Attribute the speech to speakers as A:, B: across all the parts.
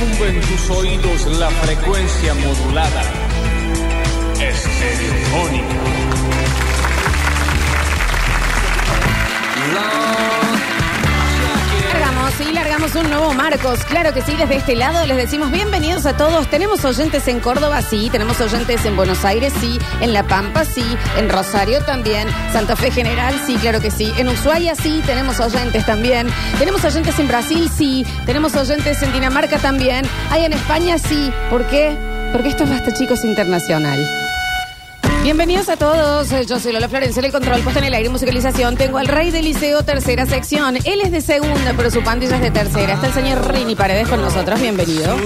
A: tus oídos la frecuencia modulada. Estereofónica.
B: Largamos y largamos un nuevo Marcos. Claro que sí, desde este lado les decimos bienvenidos a todos. Tenemos oyentes en Córdoba, sí. Tenemos oyentes en Buenos Aires, sí. En La Pampa, sí. En Rosario también. Santa Fe General, sí, claro que sí. En Ushuaia, sí. Tenemos oyentes también. Tenemos oyentes en Brasil, sí. Tenemos oyentes en Dinamarca también. Hay en España, sí. ¿Por qué? Porque esto es Basta Chicos Internacional. Bienvenidos a todos, Eh, yo soy Lola Florencia, en el control, puesta en el aire, musicalización. Tengo al rey del liceo, tercera sección. Él es de segunda, pero su pandilla es de tercera. Está el señor Rini Paredes con nosotros, bienvenido.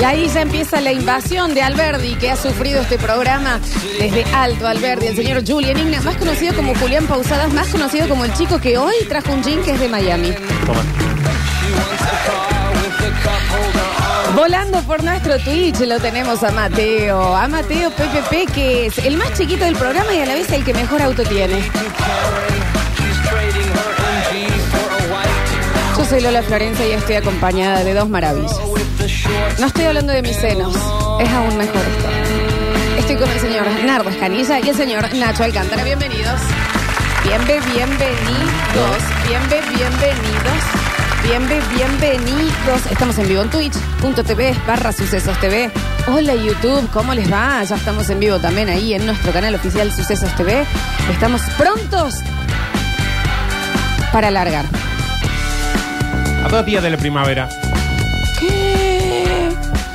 B: Y ahí ya empieza la invasión de Alberdi, que ha sufrido este programa desde Alto Alberdi. El señor Julian Igna, más conocido como Julián Pausadas, más conocido como el chico que hoy trajo un jean que es de Miami. Volando por nuestro Twitch lo tenemos a Mateo, a Mateo PPP, que es el más chiquito del programa y a la vez el que mejor auto tiene. Yo soy Lola Florencia y estoy acompañada de dos maravillas. No estoy hablando de mis senos, es aún mejor esto. Estoy con el señor Nardo Escanilla y el señor Nacho Alcántara. Bienvenidos. Bienve, bienvenidos. Bienve, bienvenidos. Bienve, bienvenidos. Estamos en vivo en twitch.tv barra sucesos TV. Hola YouTube, ¿cómo les va? Ya estamos en vivo también ahí en nuestro canal oficial Sucesos TV. Estamos prontos para largar.
C: A dos días de la primavera.
B: ¿Qué?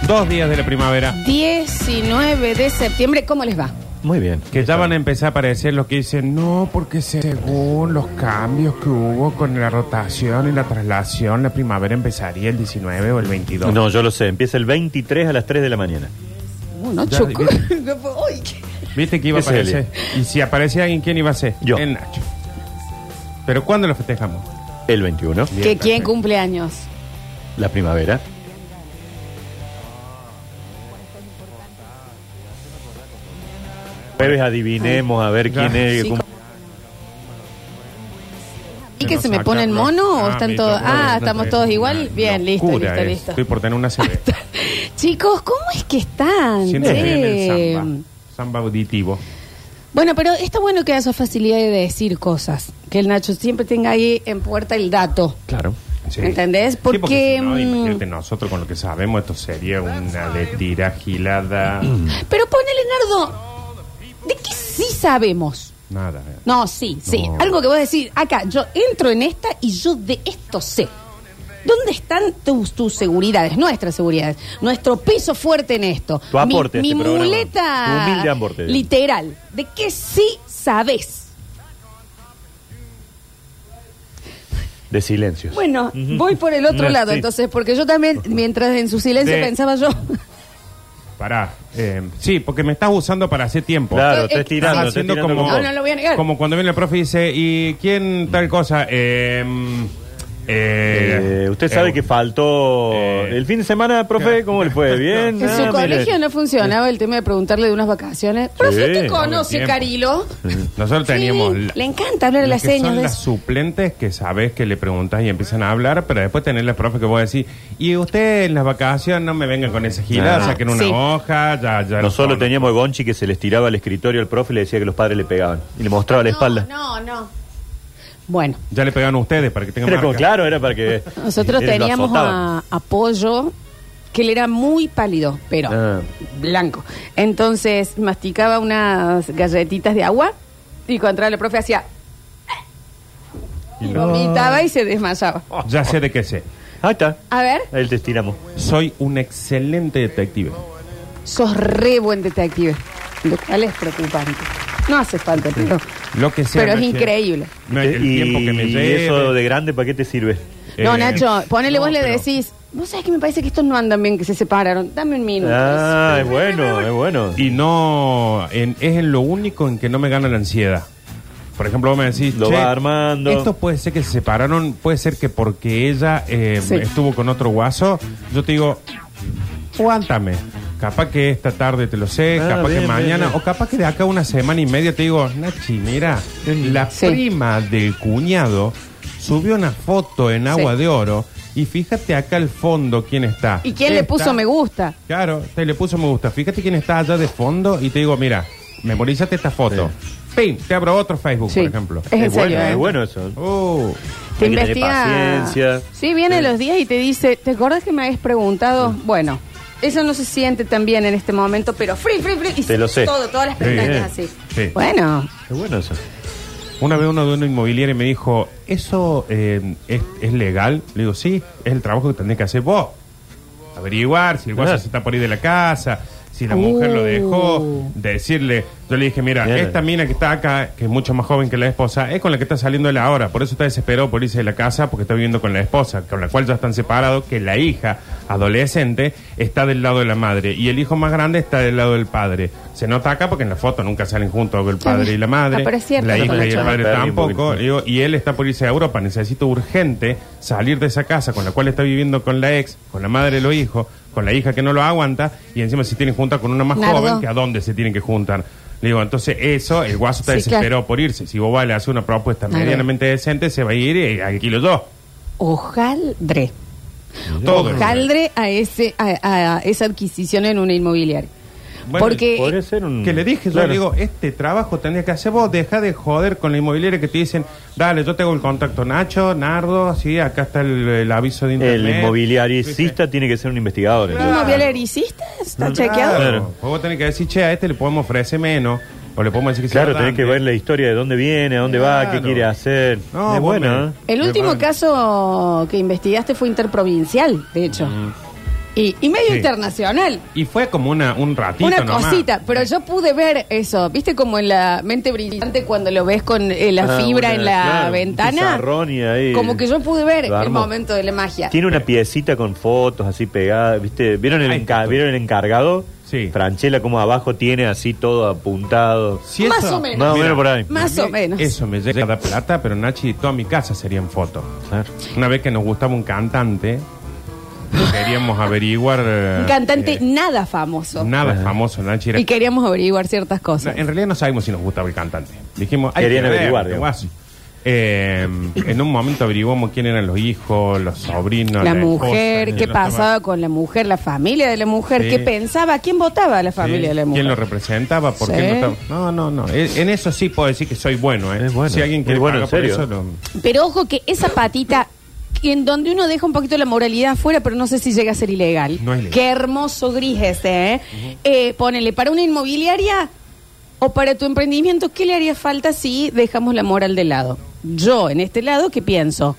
C: Dos días de la primavera.
B: 19 de septiembre, ¿cómo les va?
D: Muy bien.
C: Que ya van a empezar a aparecer los que dicen, no, porque según los cambios que hubo con la rotación y la traslación, la primavera empezaría el 19 o el 22.
D: No, yo lo sé. Empieza el 23 a las 3 de la mañana.
B: Bueno,
C: Ya,
B: chocó.
C: ¿qué?
B: Uh, No puedo- Ay, qué-
C: ¿Viste que iba a
D: Es Celia.
C: aparecer? Y si aparece alguien, ¿quién iba a ser?
D: Yo.
C: El Nacho. ¿Pero cuándo lo festejamos?
D: El 21,
B: que quién
C: perfecto.
B: cumple años.
D: la primavera. Jueves adivinemos a ver
C: Ya.
D: quién es.
B: Sí,
D: cum-
B: ¿Y que
C: Nos
B: se me
C: saca,
B: ponen
C: ¿no?
B: mono o
C: Ah,
B: están
C: mi
B: todos?
C: locura,
B: Ah,
C: no
B: estamos
C: te-
B: todos
C: una
B: igual. Bien, listo,
C: locura
B: listo,
C: es.
B: listo.
C: Estoy por tener una CD.
B: Chicos, ¿cómo es que están? Eh,
C: Siento que viene
B: Che.
C: el samba. Samba auditivo.
B: Bueno, pero está bueno que haya facilidad de decir cosas. Que el Nacho siempre tenga ahí en puerta el dato.
D: Claro.
C: Sí.
B: ¿Entendés?
C: Sí, porque
B: Porque,
C: si no,
B: mm,
C: imagínate, nosotros con lo que sabemos, esto sería una de tira gilada.
D: Mm.
B: Pero ponele, Nardo, ¿de qué sí sabemos?
C: Nada.
B: No, sí, sí.
C: No.
B: Algo que vos decís, acá, yo entro en esta y yo de esto sé. ¿Dónde están tus, tus seguridades, nuestras seguridades, nuestro peso fuerte en esto?
D: Tu aporte a
B: Mi,
D: este
B: mi
D: programa.
B: muleta
D: Tu humilde aporte, digamos.
B: literal. ¿De qué sí sabes?
D: De silencios.
B: Bueno, voy por el otro
D: Ah,
B: lado,
D: sí.
B: entonces, porque yo también, mientras en su silencio
C: De-
B: pensaba yo.
C: Pará. eh, sí, porque me estás usando para hacer tiempo.
D: Claro,
B: Eh,
D: estás
B: eh,
D: tirando,
C: Estás
D: estás
C: haciendo
D: tirando
C: como,
D: con
B: No, no lo voy a negar.
C: como cuando viene el profe y dice, ¿y quién tal cosa? Eh, eh,
D: Eh, usted
C: eh,
D: sabe que faltó
C: eh.
D: el fin de semana, profe, ¿cómo le fue?
B: En
D: ¿Bien?
B: su
D: Ah, mire.
B: colegio no funcionaba el tema de preguntarle de unas vacaciones. Profe, ¿usted
D: no,
B: conoce
C: tiempo.
B: Carilo?
C: Nosotros teníamos...
B: Sí,
C: la-
B: le encanta hablar a
C: lo
B: las
C: que
B: señas.
C: Son
B: de
C: las
B: eso.
C: suplentes que sabes que le preguntas y empiezan a hablar, pero después tenés la profe que vos decís, y usted en las vacaciones no me vengan con esa gilada,
D: Ah.
C: saquen una
B: Sí.
C: hoja, ya, ya.
D: Nosotros
C: no,
D: teníamos a Gonchi que se les tiraba al escritorio al profe y le decía que los padres le pegaban. Y le mostraba la espalda.
B: No, no. no. Bueno,
C: Ya le pegaron ustedes para que tengan
D: Era como,
C: marca.
D: claro, era para que.
B: nosotros
D: eh, lo
B: teníamos
D: azotaban.
B: a Apoyo, que él era muy pálido, pero
D: Ah.
B: blanco. Entonces masticaba unas galletitas de agua y cuando entraba la profe hacía... Y vomitaba y se desmayaba.
C: Ya sé de qué sé.
D: Ahí está.
B: A ver,
D: Ahí te estiramos.
C: Soy un excelente detective.
B: sos re buen detective, lo cual es preocupante. No hace falta, pero...
C: Lo que sea.
B: Pero
C: no
B: es
C: que-
B: increíble.
C: no es el
D: Eh, y
C: tiempo que me
D: y
C: lleve.
D: eso de grande, ¿para qué te sirve?
B: No,
C: Eh,
B: Nacho, ponele
C: no,
B: vos le
C: pero-
B: decís, vos sabés que me parece que estos no andan bien, que se separaron. Dame un minuto.
D: Ah, es bueno, es bueno.
C: Y no, en- es en lo único en que no me gana la ansiedad. Por ejemplo, vos me decís,
D: Lo
C: "Che,
D: va armando".
C: Esto puede ser que se separaron, puede ser que porque ella eh,
B: Sí.
C: estuvo con otro guaso. Yo te digo, aguántame. Capaz que esta tarde te lo sé,
D: Ah,
C: capaz
D: bien,
C: que
D: bien,
C: mañana,
D: bien.
C: o capaz que de acá una semana y media te digo, Nachi, mira, la
B: Sí.
C: prima del cuñado subió una foto en agua
B: Sí.
C: de oro Y fíjate acá al fondo quién está.
B: ¿Y quién le
C: Está-
B: puso me gusta?
C: Claro, te le puso me gusta. Fíjate quién está allá de fondo y te digo, mira, memorízate esta foto. Pim, te abro otro Facebook,
B: Sí.
C: por ejemplo.
B: Es en
D: es bueno,
B: serio, ¿eh?
D: es bueno eso.
C: Oh,
B: Te
D: Hay que tener
B: investiga.
D: paciencia.
B: Sí, viene los días y te dice, ¿te acordás que me habías preguntado? Bueno, eso no se siente tan bien en este momento, pero free, free, free. Y
D: Te lo sé.
B: Todo, todas las
C: Sí,
B: pestañas
C: sí.
B: así.
C: Sí.
B: Bueno,
D: Es bueno eso.
C: una vez uno de una inmobiliaria me dijo, ¿eso eh, es, es legal? Le digo, sí, es el trabajo que tenés que hacer vos. Averiguar si el guaso
D: Claro.
C: se está por ir de la casa, si la
B: Uh.
C: mujer lo dejó, decirle, yo le dije, mira,
D: Uh. Bien.
C: esta mina que está acá, que es mucho más joven que la esposa, es con la que está saliendo él ahora, por eso está desesperado por irse de la casa, porque está viviendo con la esposa, con la cual ya están separados, que la hija adolescente está del lado de la madre y el hijo más grande está del lado del padre. Se nota acá porque en la foto nunca salen juntos el padre y la madre,
B: Ah, pero es cierto,
C: la hija y el
B: Pancho.
C: padre
D: Perdí un
C: tampoco,
D: poquito.
C: le digo, y él está por irse a Europa, necesito urgente salir de esa casa con la cual está viviendo con la ex, con la madre de los hijos, con la hija que no lo aguanta, y encima se tienen junta con una más
B: Nardo.
C: joven, que a dónde se tienen que juntar. Le digo, entonces eso, el guaso está
B: Sí,
C: desesperado
B: claro.
C: por irse. Si vos vas, le haces una propuesta
B: Nardo.
C: medianamente decente, se va a ir y alquilo yo.
B: ojaldre.
C: Todo.
B: Ojaldre a, ese, a, a esa adquisición en una inmobiliaria.
C: Bueno,
B: Porque...
D: Podría ser un.
C: Que le dije, yo
D: Mm. Claro.
C: le digo, este trabajo tendría que hacer vos, deja de joder con la inmobiliaria que te dicen, dale, yo tengo el contacto Nacho, Nardo, sí, acá está el, el aviso de internet.
D: El inmobiliaricista tiene que ser un investigador.
B: ¿Un inmobiliaricista? ¿Está chequeado?
C: Mm. Claro. Vos Vos tenés que decir, che, a este le podemos ofrecer menos, o le podemos decir que sea
D: Claro, tenés que ver
C: bastante.
D: la historia de dónde viene, a dónde va, qué
C: Claro.
D: quiere hacer.
C: No,
D: es
C: vos
D: bueno,
C: me-
D: ¿eh?
B: El último
C: Perdón.
B: caso que investigaste fue interprovincial, de hecho. Y, y medio
C: Sí.
B: internacional.
C: Y fue como una, un ratito
B: Una
C: nomás.
B: cosita, pero yo pude ver eso. ¿Viste como en la mente brillante cuando lo ves con eh, la
D: Ah,
B: fibra
D: una-
B: en la
D: claro, un
B: ventana?
D: pizarrón y ahí-
B: Como que yo pude ver
D: Lo
B: el
D: armó.
B: momento de la magia.
D: Tiene una piecita con fotos así pegadas, ¿viste? ¿Vieron el,
C: Eh. Ahí está
D: enca-
C: todo.
D: ¿vieron el encargado?
C: Sí.
D: Franchella como abajo tiene así todo apuntado.
C: Si
B: Más o menos.
D: Más o
C: Mira,
D: menos por ahí.
B: Más o menos.
C: Eso me llega da plata, pero Nachi, toda mi casa sería en foto.
D: Claro.
C: Una vez que nos gustaba un cantante, queríamos averiguar... eh,
B: Un cantante
C: eh,
B: nada famoso.
C: nada
D: Ajá.
C: famoso, Nachi. era-
B: Y queríamos averiguar ciertas
C: No,
B: cosas.
C: en realidad no sabemos si nos gustaba el cantante. Dijimos, hay
D: Querían
C: que ver,
D: averiguar,
C: qué
D: digamos.
C: guaso. Eh, en un momento averiguamos quién eran los hijos, los sobrinos,
B: la
C: esposa,
B: mujer,
C: eh,
B: qué
C: los
B: pasaba con la mujer, la familia de la mujer,
C: Sí.
B: qué pensaba, quién votaba la familia de la mujer.
C: ¿Quién lo representaba? ¿Por
B: Sí.
C: qué no estaba- No, no, no. E- En eso sí puedo decir que soy bueno, ¿eh?
D: Es bueno.
C: Si alguien
D: Muy
C: quiere
D: bueno,
C: pagar
D: en
C: por
D: serio.
C: eso, lo-
B: Pero ojo que esa patita, que en donde uno deja un poquito la moralidad afuera, pero no sé si llega a ser ilegal.
C: No es legal.
B: Qué hermoso gris ese, ¿eh? Eh, Ponele, para una inmobiliaria o para tu emprendimiento, ¿qué le haría falta si dejamos la moral de lado? Yo, en este lado, ¿qué pienso?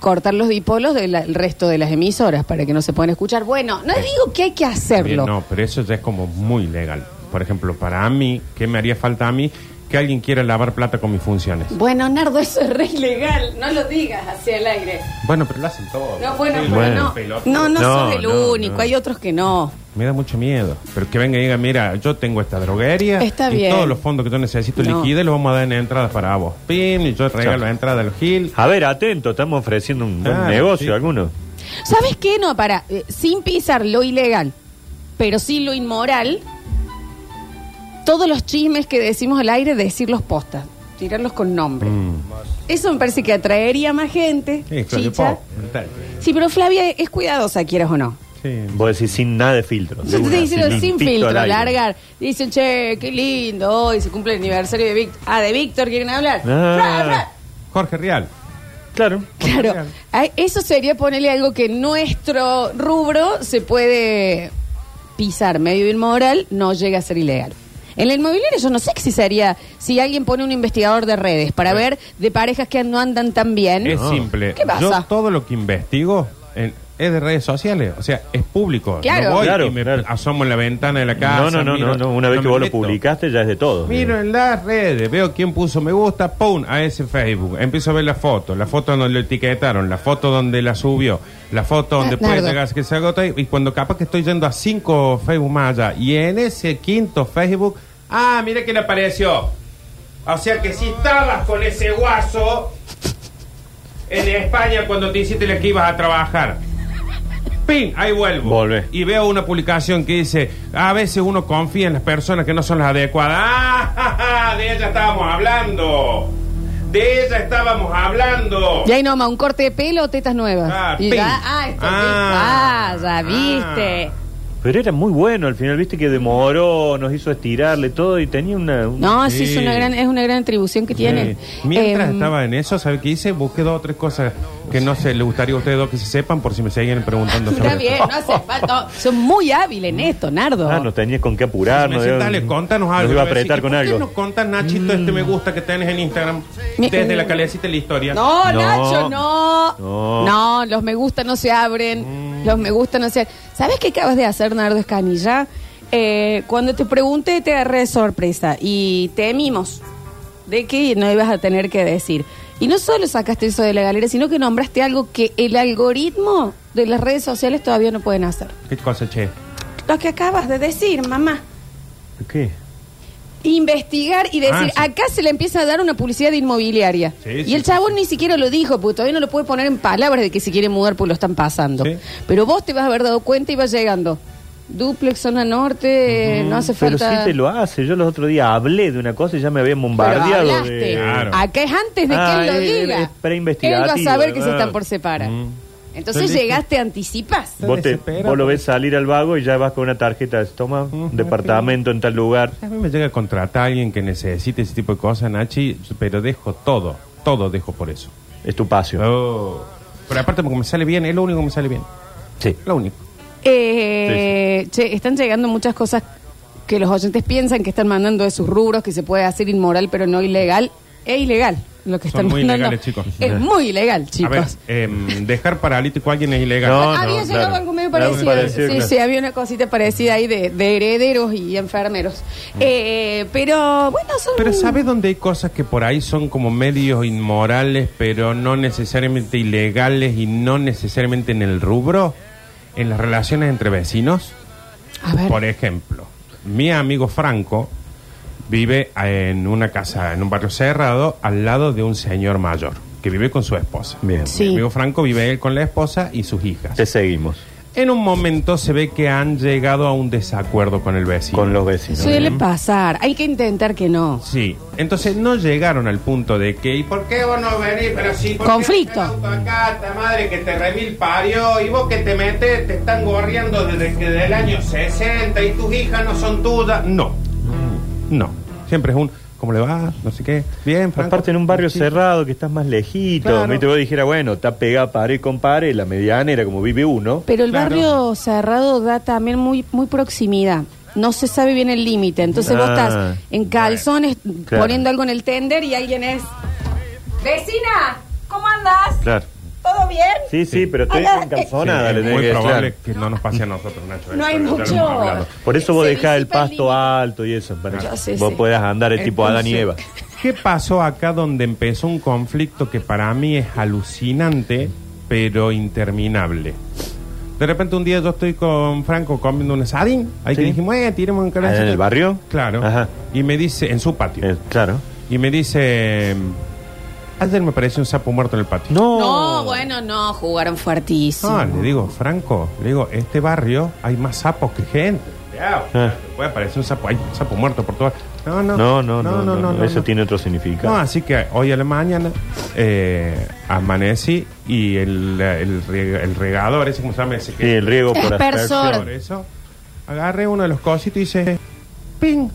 B: Cortar los dipolos del el resto de las emisoras para que no se puedan escuchar. Bueno, no digo que hay que hacerlo.
C: Bien, no, pero eso ya es como muy legal. Por ejemplo, para mí, ¿qué me haría falta a mí? Que alguien quiera lavar plata con mis funciones.
B: Bueno, Nardo, eso es re ilegal. No lo digas hacia el aire.
C: Bueno, pero lo hacen todos.
B: No, bueno,
C: Sí,
B: pero
D: bueno.
B: no.
C: pelota.
B: No, no,
D: No,
B: sos el
D: no,
B: único.
D: no.
B: Hay otros que no.
C: Me da mucho miedo. Pero que venga y diga, mira, yo tengo esta droguería.
B: Está
C: y
B: bien.
C: todos los fondos que yo necesito
B: No.
C: liquide los vamos a dar en entradas para vos. Pim, y yo regalo
D: Claro.
C: la entrada al Gil.
D: A ver, atento, estamos ofreciendo un buen
C: Claro,
D: negocio
C: sí.
D: alguno.
B: ¿Sabes qué? No, para. eh, sin pisar lo ilegal, pero sí lo inmoral, todos los chismes que decimos al aire, decirlos postas. Tirarlos con nombre.
D: Mm.
B: Eso me parece que atraería más gente.
C: Sí, Claudio
B: chicha.
C: Pop, mental.
B: Sí, pero Flavia es cuidadosa, quieras o no.
C: Sí.
D: Vos decís sin nada de filtro.
B: Yo
D: De
B: te
D: una,
B: dicen
D: así,
B: sin
D: limpito
B: filtro,
D: al aire.
B: largar. Dicen, che, qué lindo, hoy se cumple el aniversario de Víctor. Ah, de Víctor, ¿quieren hablar?
D: Ah.
B: Fra, fra.
C: Jorge Real.
D: Claro.
B: Claro, Ay, eso sería ponerle algo que nuestro rubro se puede pisar medio inmoral, no llega a ser ilegal. En la inmobiliaria yo no sé si sería, si alguien pone un investigador de redes para ver de parejas que no andan tan bien.
C: Es simple.
B: ¿Qué pasa?
C: Yo todo lo que investigo en- es de redes sociales, o sea, es público.
B: Claro.
C: No voy
D: Claro,
C: y me
D: claro.
C: asomo en la ventana de la casa.
D: No, no, no,
C: miro-
D: no, no, Una vez
C: no
D: que
C: me
D: vos lo
C: meto.
D: publicaste ya es de todo.
C: Miro en las redes, veo quién puso me gusta, ¡pum! a ese Facebook. Empiezo a ver la foto, la foto donde lo etiquetaron, la foto donde la subió, la foto donde
B: Ah,
C: puede
B: Nardo.
C: llegar a que se agota. Y y cuando capaz que estoy yendo a cinco Facebook más allá, y en ese quinto Facebook, ¡ah, mira quién apareció! O sea que si estabas con ese guaso en España cuando te hiciste la que ibas a trabajar. ¡Pim! Ahí vuelvo.
D: Volvé.
C: Y veo una publicación que dice, a veces uno confía en las personas que no son las adecuadas. ¡Ah! ja, ja! De ella estábamos hablando. De ella estábamos hablando.
B: Y ahí nomás, un corte de pelo o tetas nuevas.
C: Ah,
B: y
C: ping.
B: ya, ah, está
C: Ah.
B: bien. Ah, ya viste.
D: Pero era muy bueno al final, viste que demoró, nos hizo estirarle todo y tenía una. un-
B: No, sí,
C: Sí.
B: es, una gran, es una gran atribución que tienen.
C: Sí. Eh, Mientras
B: Em,
C: estaba en eso, ¿sabe qué hice? Busqué dos o tres cosas que no sé, le gustaría a ustedes dos que se sepan por si me siguen preguntando sobre
B: Está bien,
C: esto.
B: no hace falta. Son muy hábiles en esto, Nardo.
D: Ah, nos tenías con qué
C: Me
D: apurarnos.
C: decían,
D: era-
C: dale, contanos algo.
D: Nos iba a
C: Yo decía,
D: apretar
C: ¿y
D: con
C: por qué
D: algo.
C: no contas, Nachito, este me gusta que tenés en Instagram?
B: Mi-
C: Desde la calecita y la historia.
B: No,
D: No.
B: Nacho, no. no.
D: No.
B: los me gusta no se abren. Los me gusta no se ¿Sabes qué acabas de hacer, Nardo Escanilla? Eh, cuando te pregunté, te agarré de sorpresa y temimos de que no ibas a tener que decir. Y no solo sacaste eso de la galera, sino que nombraste algo que el algoritmo de las redes sociales todavía no pueden hacer.
C: ¿Qué cosa, che?
B: Lo que acabas de decir, mamá.
D: ¿Qué?
B: investigar y decir,
C: Ah, sí.
B: acá se le empieza a dar una publicidad inmobiliaria.
C: Sí,
B: y
C: sí,
B: el
C: sí,
B: chabón ni siquiera lo dijo, porque todavía no lo puede poner en palabras de que se quiere mudar porque lo están pasando.
C: Sí.
B: Pero vos te vas a haber dado cuenta y vas llegando. Duplex, zona norte, Eh, no hace
D: Pero
B: falta...
D: siempre lo hace. Yo los otros días hablé de una cosa y ya me habían
B: Pero
D: bombardeado. de-
B: hablaste.
C: Claro.
B: Acá es antes de
D: Ah,
B: que él lo
D: él-
B: diga.
D: él es
B: él va
D: preinvestigativo,
B: a saber que se
D: ¿verdad?
B: están por separar.
C: Mm.
B: Entonces
C: Entonces,
B: llegaste, anticipas.
D: Vos, te-
C: desespera,
D: vos lo
C: porque-
D: ves salir al vago y ya vas con una tarjeta. Toma,
C: Ujú,
D: departamento en tal lugar.
C: A mí me llega a contratar a alguien que necesite ese tipo de cosas, Nachi, pero dejo todo, todo dejo por eso.
D: Es tu pasio.
C: Oh. Pero aparte porque me sale bien, es lo único que me sale bien.
D: Sí.
C: Lo único.
B: Eh, che, están llegando muchas cosas que los oyentes piensan que están mandando de sus rubros, que se puede hacer inmoral, pero no ilegal. Es ilegal lo que
C: Son
B: están
C: muy
B: mandando.
C: ilegales, chicos.
B: Es muy ilegal,
C: A ver,
B: chicos.
C: em, dejar paralítico a alguien es ilegal.
D: No,
B: Ah, había
D: no,
B: llegado
D: claro.
B: algo medio
D: Algo
B: parecido.
D: parecido,
B: sí,
D: claro.
B: sí, había una cosita parecida ahí de, de herederos y enfermeros. Eh, pero bueno, son.
C: Mm. Pero ¿sabes dónde hay cosas que por ahí son como medios inmorales, pero no necesariamente ilegales y no necesariamente en el rubro? En las relaciones entre vecinos.
B: A ver.
C: Por ejemplo, mi amigo Franco vive eh, en una casa, en un barrio cerrado, al lado de un señor mayor, que vive con su esposa.
D: Bien.
B: Sí.
C: Mi amigo Franco vive él con la esposa y sus hijas.
D: Te seguimos
C: En un momento se ve que han llegado a un desacuerdo con el vecino.
D: con los vecinos.
B: Suele pasar. Hay que intentar que no.
C: Sí, entonces no llegaron al punto de que, ¿y por qué vos no venís? Pero sí, ¿por qué
B: Conflicto.
C: tenés auto acá, esta madre que te revil parió, y vos que te metes, te están gorreando desde que del año 60 y tus hijas no son tuyas. No, no. Siempre es un, ¿cómo le va? No sé qué. Bien, Franco.
D: Mm. Aparte en un barrio
C: Sí.
D: cerrado que estás más lejito,
C: Claro.
D: ¿viste? vos dijera, bueno, está pegada pared con pared, la medianera como vive uno.
B: Pero el
C: Claro.
B: barrio cerrado da también muy, muy proximidad. No se sabe bien el límite. Entonces vos
D: Ah,
B: estás en calzones
D: Claro.
B: poniendo algo en el tender y alguien es. ¡Vecina! ¿Cómo andas?
D: Claro.
B: ¿Todo bien?
D: Sí, sí, pero estoy
B: Hola.
D: con
C: Sí,
D: calzonada. le
C: es
D: tenés
C: muy
D: que-
C: probable
D: claro.
C: que no nos pase a nosotros, Nacho.
B: No
C: Eso
B: hay
C: ya lo hemos
B: mucho.
C: hablado.
D: Ah, Por eso vos
B: Se
D: dejás
B: disipa
D: el
B: el
D: pasto
B: límite.
D: alto y eso, para
B: Yo
D: que
B: sé,
D: vos
B: sí.
D: puedas andar de tipo Adán y Eva.
C: Entonces, ¿Qué pasó acá donde empezó un conflicto que para mí es alucinante, pero interminable? De repente un día yo estoy con Franco comiendo un asadín, ahí
D: Sí.
C: que dijimos, eh, tiremos un
D: ¿Allá en el barrio?
C: Claro.
D: Ajá.
C: Y me dice, en su patio.
D: Eh, claro.
C: Y me dice, ayer me pareció un sapo muerto en el patio.
D: No.
B: No, bueno, no, jugaron fuertísimo.
C: Ah, No, le digo, Franco, le digo, este barrio hay más sapos que gente. Ya,
D: Ah.
C: Puede aparecer un sapo, hay un sapo muerto por todas. No, no,
D: No, no, no, no, no, eso
C: no.
D: tiene otro
C: No,
D: significado.
C: así que hoy a la mañana eh, amanecí y el, el, reg- el regador, ese como se llama, ese
D: Sí,
C: que
D: el riego por
B: Aspersor.
C: por eso, agarré uno de los cositos y hice ping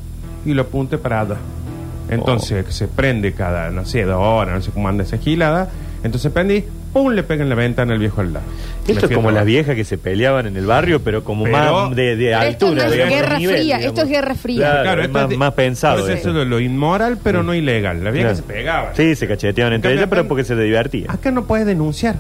C: y lo apunté parado.
D: Oh.
C: Entonces se prende cada, no sé, dos horas, no sé cómo anda esa gilada. Entonces prendí, pum, le pega en la ventana el viejo al lado.
D: Esto es como las viejas que se peleaban en el barrio, pero como
C: Pero-
D: más de, de
B: Pero esto
D: altura.
B: no es
D: digamos,
B: guerra
D: nivel,
B: fría,
D: digamos.
B: esto es guerra fría.
D: Claro,
C: Claro,
D: es
C: esto
D: más,
C: es de-
D: más pensado.
C: por eso
D: digamos.
C: es lo inmoral, pero no ilegal. La vieja
D: Claro.
C: se pegaba.
D: Sí, se cacheteaban entre
C: En
D: ellas,
C: cambio,
D: pero
C: acá-
D: porque se divertía.
C: Acá no puedes denunciar.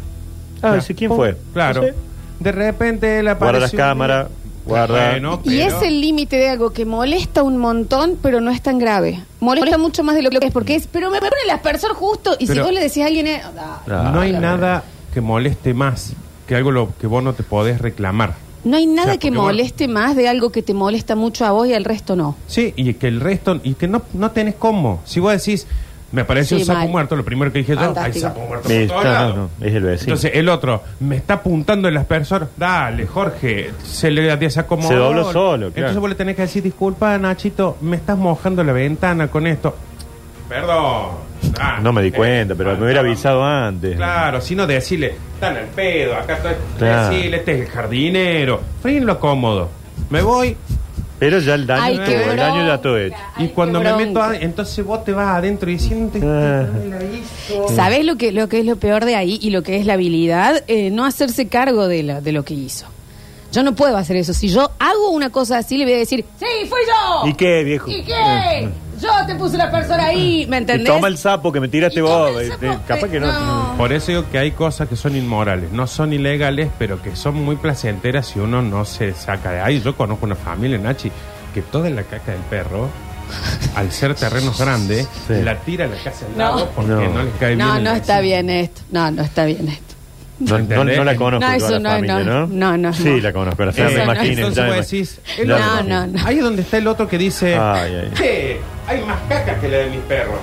D: Ah,
C: Claro.
D: sí, ¿quién fue?
C: Claro.
D: No sé.
C: De repente la
D: Guarda las cámaras, guarda-
B: Y es el límite de algo que molesta un montón, pero no es tan grave. Molesta mucho más de lo que es, porque es, pero me pone el aspersor justo. Y si
C: Pero-
B: vos le decís a alguien, eh, ah,
C: No hay
D: Ah,
C: nada que moleste más que algo lo que vos no te podés reclamar.
B: No hay nada
C: O sea,
B: que
C: porque vos-
B: moleste más de algo que te molesta mucho a vos y al resto no.
C: Sí, y que el resto, y que no, no tenés cómo. Si vos decís, me
B: Sí,
C: parece un sapo
B: mal.
C: muerto, lo primero que dije yo, hay
B: Fantástico.
C: sapo muerto
D: Me
C: por todos
D: está-
C: lados.
D: no, eh, es el vecino.
C: Entonces el otro, me está apuntando en las personas, dale, Jorge, se le desacomodó.
D: Se dobló solo, claro.
C: Entonces vos le tenés que decir, disculpa, Nachito, me estás mojando la ventana con esto. Perdón. Ah,
D: No me di cuenta, pero
C: ah,
D: me hubiera
C: no.
D: avisado antes.
C: Claro, si no decirle, están al pedo, acá está.
D: Claro.
C: Decirle, este es el jardinero. Fríenlo cómodo. Me voy
D: Pero ya el daño,
B: Ay, qué
D: estuvo, el daño ya todo hecho.
B: bronca.
C: y
B: Ay,
C: cuando
B: qué
C: me
B: bronca.
C: meto, a- entonces vos te vas adentro "Este y sientes.
D: Ah.
B: ¿Sabés lo que, lo que es lo peor de ahí y lo que es la habilidad? Eh, no hacerse cargo de, la, de lo que hizo. Yo no puedo hacer eso. Si yo hago una cosa así, le voy a decir, sí, fui yo.
D: ¿Y qué, viejo?
B: ¿Y qué? Yo te puse la persona ahí, ¿me
D: Y
B: entendés?
D: toma el sapo que me tiraste
B: Y
D: vos.
B: toma el
D: este,
B: sapo,
D: capaz
B: eh,
D: que no.
B: no.
C: Por eso digo que hay cosas que son inmorales, no son ilegales, pero que son muy placenteras si uno no se saca de ahí. Yo conozco una familia, Nachi, que toda la caca del perro, al ser terrenos grandes,
D: Sí.
C: la tira a la casa del
B: No.
C: lado porque no,
D: No.
C: les cae bien.
B: No,
C: el
B: no está
C: vecino.
B: bien esto. No, no está bien esto.
D: No, no- no la conozco
B: No,
D: yo a
B: eso
D: la
B: no,
D: familia,
B: no.
D: ¿no?
B: No, no,
D: Sí,
B: no.
D: la conozco, la
C: Eh,
D: familia, me imagino.
C: entonces
D: ya me
C: vos
D: imagino.
C: decís,
D: Ya
C: el
D: me
C: otro-
D: imagino.
B: No, no, no.
C: Ahí es donde está el otro que dice,
D: Ay, ay.
C: "Che, hay más caca que la de mis perros.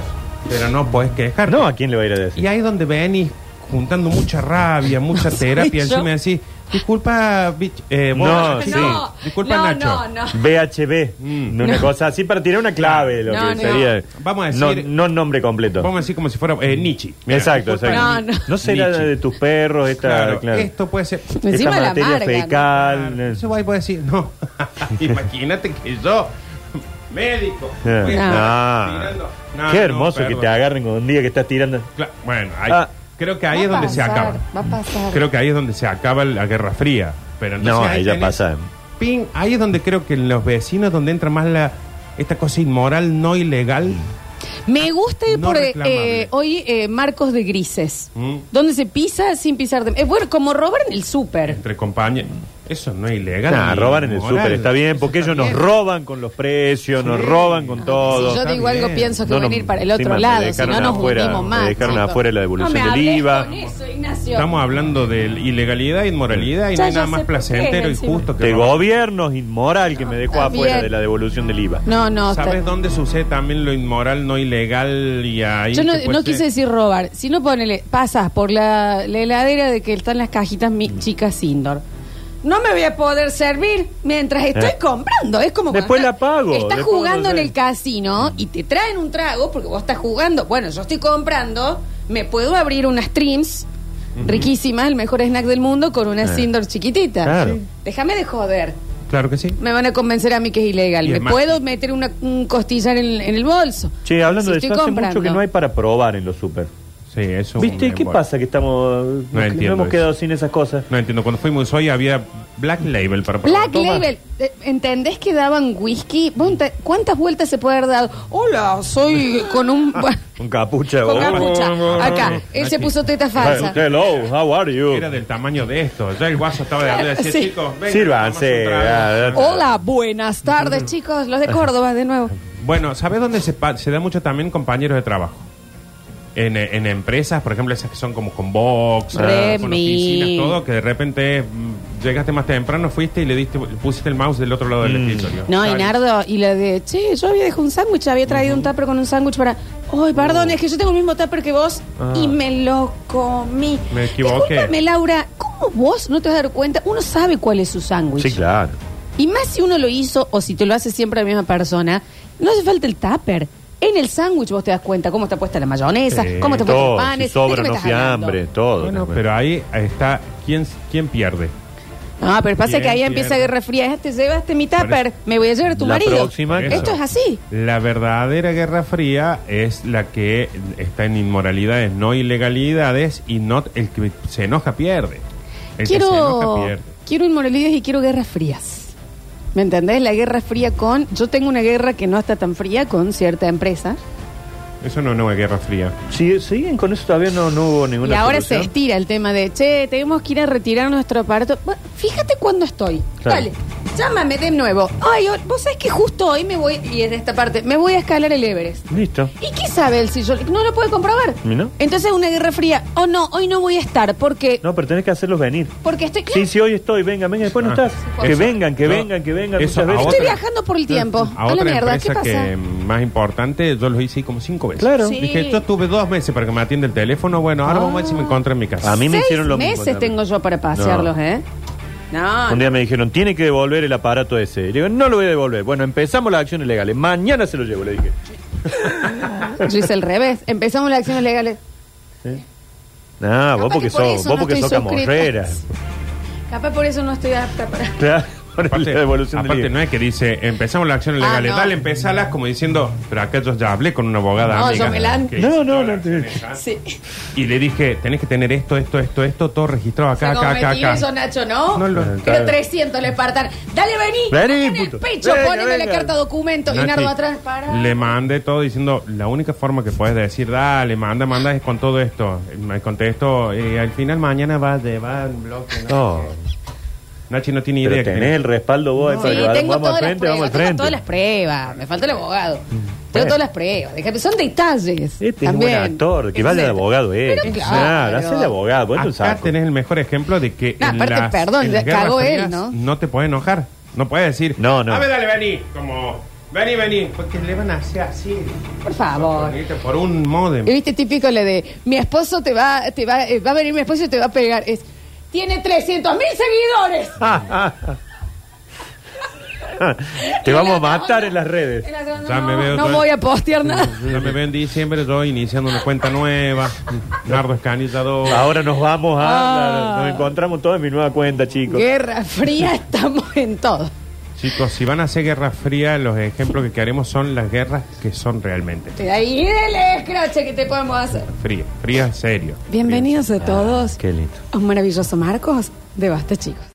C: Pero no podés quejar.
D: No, ¿a quién le va a ir a decir?
C: Y ahí es donde venís juntando mucha rabia, mucha terapia,
B: yo.
C: encima decís, disculpa, bitch, eh, vos,
D: No,
C: sí.
D: sí.
B: No,
C: disculpa
B: no,
C: Nacho.
B: no, no.
D: BHB,
C: Mm.
D: no una cosa así para tirar una clave. Lo
B: No,
D: que
B: no.
D: sería.
C: Vamos a
D: No-
C: decir-
D: No, nombre completo.
C: Vamos a decir como si fuera eh, Nietzsche. Mira,
D: exacto,
C: disculpa,
D: exacto.
B: No, no.
D: No será
C: Nietzsche.
D: de tus perros esta,
C: Claro,
D: claro,
C: esto puede ser.
D: esta
B: Encima la
D: materia
B: amarga, ¿no?
D: fecal. eh,
C: Eso va y puede decir, no, imagínate que yo, médico,
D: eh,
C: voy a estar
D: ah.
C: tirando- No,
D: Qué
C: no,
D: hermoso que
C: perdón.
D: te agarren con un día que estás tirando.
C: Cla- bueno, ahí-
D: Ah.
C: creo que ahí
B: Va
C: es
B: a
C: donde se
B: pasar,
C: acaba.
B: Va a pasar.
C: Creo que ahí es donde se acaba la Guerra Fría. Pero entonces
D: No, ahí ya pasa.
C: Ping, ahí es donde creo que en los vecinos donde entra más la esta cosa inmoral, no ilegal.
B: Me gusta ir
C: No
B: por eh,
C: reclamable.
B: eh, hoy eh, marcos de grises,
C: Mm.
B: donde se pisa sin pisar de... Es bueno, como robar en el súper.
C: Entre compañeros. Eso no es ilegal.
D: Nah,
C: ni
D: robar en el
C: inmoral.
D: súper está bien, porque
C: Eso
D: ellos
C: está
D: nos
C: bien.
D: roban con los precios, nos roban con todo.
B: si yo
C: está
B: digo algo,
C: bien.
B: pienso que
D: No,
B: van a
D: no,
B: ir para el
D: encima
B: otro
D: me
B: lado, si
D: dejaron
B: no nos
D: afuera-
B: unimos
D: me
B: más.
D: dejaron
B: chicos.
D: afuera la devolución
B: no me
D: del
B: hables
D: IVA.
B: con eso, Ignacio.
C: Estamos hablando de ilegalidad, inmoralidad y
B: Ya,
C: no hay
B: ya
C: nada
B: sé por
C: más
B: qué
C: placentero y
B: encima.
C: justo que
D: Este
C: robar.
D: gobierno es inmoral que me dejó
B: está
D: afuera
B: bien.
D: de la devolución del IVA.
B: No, no.
C: ¿Sabes
B: está-
C: dónde sucede también lo inmoral, no ilegal y ahí?
B: Yo no,
C: se puede
B: no quise
C: ser?
B: decir robar, sino ponele, pasas por la, la heladera de que están las cajitas
D: Mm.
B: mi- chicas indoor. No me voy a poder servir mientras estoy
D: Eh.
B: comprando. Es como cuando
D: Después
B: estás-
D: la pago,
B: Estás
D: después
B: jugando
D: no
B: en
D: sé.
B: el casino y te traen un trago porque vos estás jugando. Bueno, yo estoy comprando, me puedo abrir unas streams riquísimas, el mejor snack del mundo, con una
D: Eh.
B: indoor chiquitita.
D: Claro.
B: Sí. Déjame de joder.
C: Claro que sí.
B: Me van a convencer a mí que es ilegal.
C: Y
B: me
C: es más-
B: puedo meter una, un costillar en, en el bolso.
D: Che, hablando
B: Si
D: de
B: estoy
D: eso, hace
B: comprando.
D: mucho que no hay para probar en los súper.
C: Sí, eso.
D: ¿Viste? ¿Y ¿Qué pasa que estamos
C: No
D: que
C: entiendo
D: hemos
C: eso.
D: quedado sin esas cosas?
C: No entiendo. Cuando fuimos hoy había Black Label para
B: Black
C: Toma.
B: Label, eh, ¿entendés que daban whisky? Vos ente- ¿Cuántas vueltas se puede haber dado? Hola, soy con un...
D: Con capucha.
B: con
D: oh.
B: capucha. Acá, él se puso teta falsa.
D: Hey, hello, how are you?
C: Era del tamaño de esto. Ya el guaso estaba de arriba y decía,
B: Sí.
C: chicos, vengan,
D: Sírvanse,
C: tomamos un
D: ah,
C: trago".
B: Hola, buenas tardes, chicos. Los de Córdoba, de nuevo.
C: Bueno, ¿sabes dónde se, pa- se da mucho también compañeros de trabajo? En, eh, en empresas, por ejemplo, esas que son como con box,
B: Remi.
C: con oficinas, todo, que de repente mm, llegaste más temprano, fuiste y le diste, le pusiste el mouse del otro lado del escritorio.
B: Mm. No, y
C: Tal.
B: Nardo, y la de, che, yo había dejado un sándwich, había traído un tupper con un sándwich para... Ay, perdón, es que yo tengo el mismo tupper que vos y me lo comí.
C: Ah. Me equivoqué.
B: Discúlpame, Laura, ¿cómo vos no te vas a dar cuenta? Uno sabe cuál es su sándwich.
D: Sí, claro.
B: Y más si uno lo hizo o si te lo hace siempre la misma persona, no hace falta el tupper. En el sándwich vos te das cuenta cómo está puesta la mayonesa,
C: Sí,
B: cómo está puesto
D: Todo,
B: los panes.
D: si
B: ¿De
D: sobra
B: qué me
D: no
B: estás hablando?
D: fiambre, todo.
C: Bueno, pero ahí está, ¿quién, quién pierde?
B: No, pero pasa
C: Bien,
B: que ahí
C: bien.
B: empieza Guerra Fría. "Ah, Te llevaste mi tupper,
C: Parece-
B: me voy a llevar a tu
D: La
B: marido.
D: próxima,
C: claro.
B: Esto es así.
C: La verdadera Guerra Fría es la que está en inmoralidades, no ilegalidades, y no el que se enoja pierde. El que se enoja
B: Quiero,
C: pierde.
B: quiero inmoralidades y quiero guerras frías. ¿Me entendés? La guerra fría con. Yo tengo una guerra que no está tan fría con cierta empresa.
C: Eso no, no es Guerra Fría.
D: Si siguen con eso todavía no, no hubo ninguna
B: Y ahora
D: solución.
B: se estira el tema de, che, tenemos que ir a retirar nuestro aparato. Bueno, fíjate cuándo estoy.
D: Claro.
B: Dale, llámame de nuevo. Ay, o- vos sabés que justo hoy me voy, y es de esta parte, me voy a escalar el Everest.
D: Listo.
B: ¿Y qué sabe él si yo no lo puede comprobar?
D: ¿Y no?
B: Entonces una guerra fría. Oh, no, hoy no voy a estar porque,
D: No, pero tenés que hacerlos venir.
B: porque estoy...
D: Sí, sí, hoy estoy, vengan, vengan, después no
C: Ah.
D: estás. Que
C: Eso.
D: vengan, que
C: No,
D: vengan, que vengan.
C: eso
D: muchas
C: a
D: veces.
B: Estoy
C: otra-
B: viajando por el tiempo.
C: A
B: A, la
C: otra
B: Oh, mierda, ¿qué
C: empresa
B: pasa?
C: que mm, más importante, yo lo hice como cinco veces.
D: Claro.
B: Sí.
C: Dije, yo tuve dos meses para que me atienda el teléfono. Bueno, ahora vamos a
B: Ah.
C: ver si me encuentro en mi casa.
D: A mí me
B: Seis
D: hicieron lo mismo
B: meses
D: también.
B: tengo yo para pasearlos,
D: No.
B: ¿eh? No,
D: Un día me dijeron, tiene que devolver el aparato ese. Y le digo, no lo voy a devolver. Bueno, empezamos las acciones legales. Mañana se lo llevo, le dije.
B: Yo hice al revés. Empezamos las acciones legales.
D: No, vos
B: Capaz
D: porque
B: que por
D: sos,
B: eso no
D: vos porque
B: estoy
D: sos
B: suscrita.
D: camorrera.
B: Capaz por eso no estoy apta para.
D: Claro, por
C: Aparte,
D: la evolución del
C: aparte
D: libro.
C: no es que dice, empezamos las acciones
B: Ah,
C: legales,
B: no.
C: dale, empezalas, como diciendo, pero acá yo ya hablé con una abogada
B: No,
C: amiga
B: yo me la-
C: que
D: No,
C: hizo
D: no,
C: todas
D: no,
C: las
D: no.
C: acciones,
B: Sí.
C: ¿ah? Y le dije, tenés que tener esto, esto, esto, esto, todo registrado acá,
B: Fue como
C: acá, acá,
B: metido
C: acá.
B: eso, Nacho, ¿no?
C: No lo-
B: Pero
D: Claro.
B: 300 le partan. Dale, vení.
D: Vení,
B: acá en el
D: puto.
B: pecho,
D: Venga,
B: poneme la
D: venga.
B: carta documento. y
C: Nachi,
B: Nardo atrás. Para.
C: Le mandé todo diciendo, la única forma que puedes decir, dale, manda, manda es con todo esto. Y Me contesto, eh, al final mañana va de va en bloque. ¿no?
D: No,
C: Nachi no tiene idea.
D: pero
C: que
D: tenés el respaldo vos ahí
B: Sí,
D: para que vamos-
B: tengo
D: vamos
B: todas
D: al
B: las
D: frente,
B: pruebas,
D: vamos
B: tengo
D: al frente. Mm,
B: todas las pruebas. Me falta el abogado. Tengo
D: Bueno.
B: todas las pruebas. Déjame- Son detalles.
D: Este es un
B: también.
D: buen actor, que vaya el
B: Etcétera.
D: abogado, eh.
B: Pero claro.
D: Claro, hace el abogado, vos no
C: Acá
D: sabes.
C: tenés el mejor ejemplo de que.
B: No,
C: en
B: aparte,
C: las-
B: perdón,
C: en las
B: ya cagó
C: guerras
B: él,
C: frías
B: ¿no?
C: No te puedes enojar. No puedes decir.
D: No, no.
C: A ver, dale, vení. Como. Vení, vení. Porque le van a hacer así.
B: Por favor.
C: Por un
B: Y
C: modem.
B: ¿Viste típico le de mi esposo te va, te va, eh, va a venir mi esposo y te va a pegar? Es, tiene 300 mil seguidores.
D: Te vamos a
B: En la
D: matar
B: onda.
D: en las redes.
B: En la onda,
C: Ya
B: no,
C: me veo
B: no
C: todo-
B: voy a postear nada.
C: Ya me veo en diciembre, yo iniciando una cuenta nueva. Nardo Escanilla 2.
D: Ahora nos vamos
B: Ah.
D: a. Nos encontramos todos en mi nueva cuenta, chicos.
B: Guerra fría, estamos en todo.
C: Chicos, si van a hacer guerra fría, los ejemplos que queremos son las guerras que son realmente
B: Te da ahí el escrache que te podemos hacer.
C: frías, frías serio.
B: Bienvenidos a todos
D: Qué lindo.
B: a un maravilloso Marcos de Basta, chicos.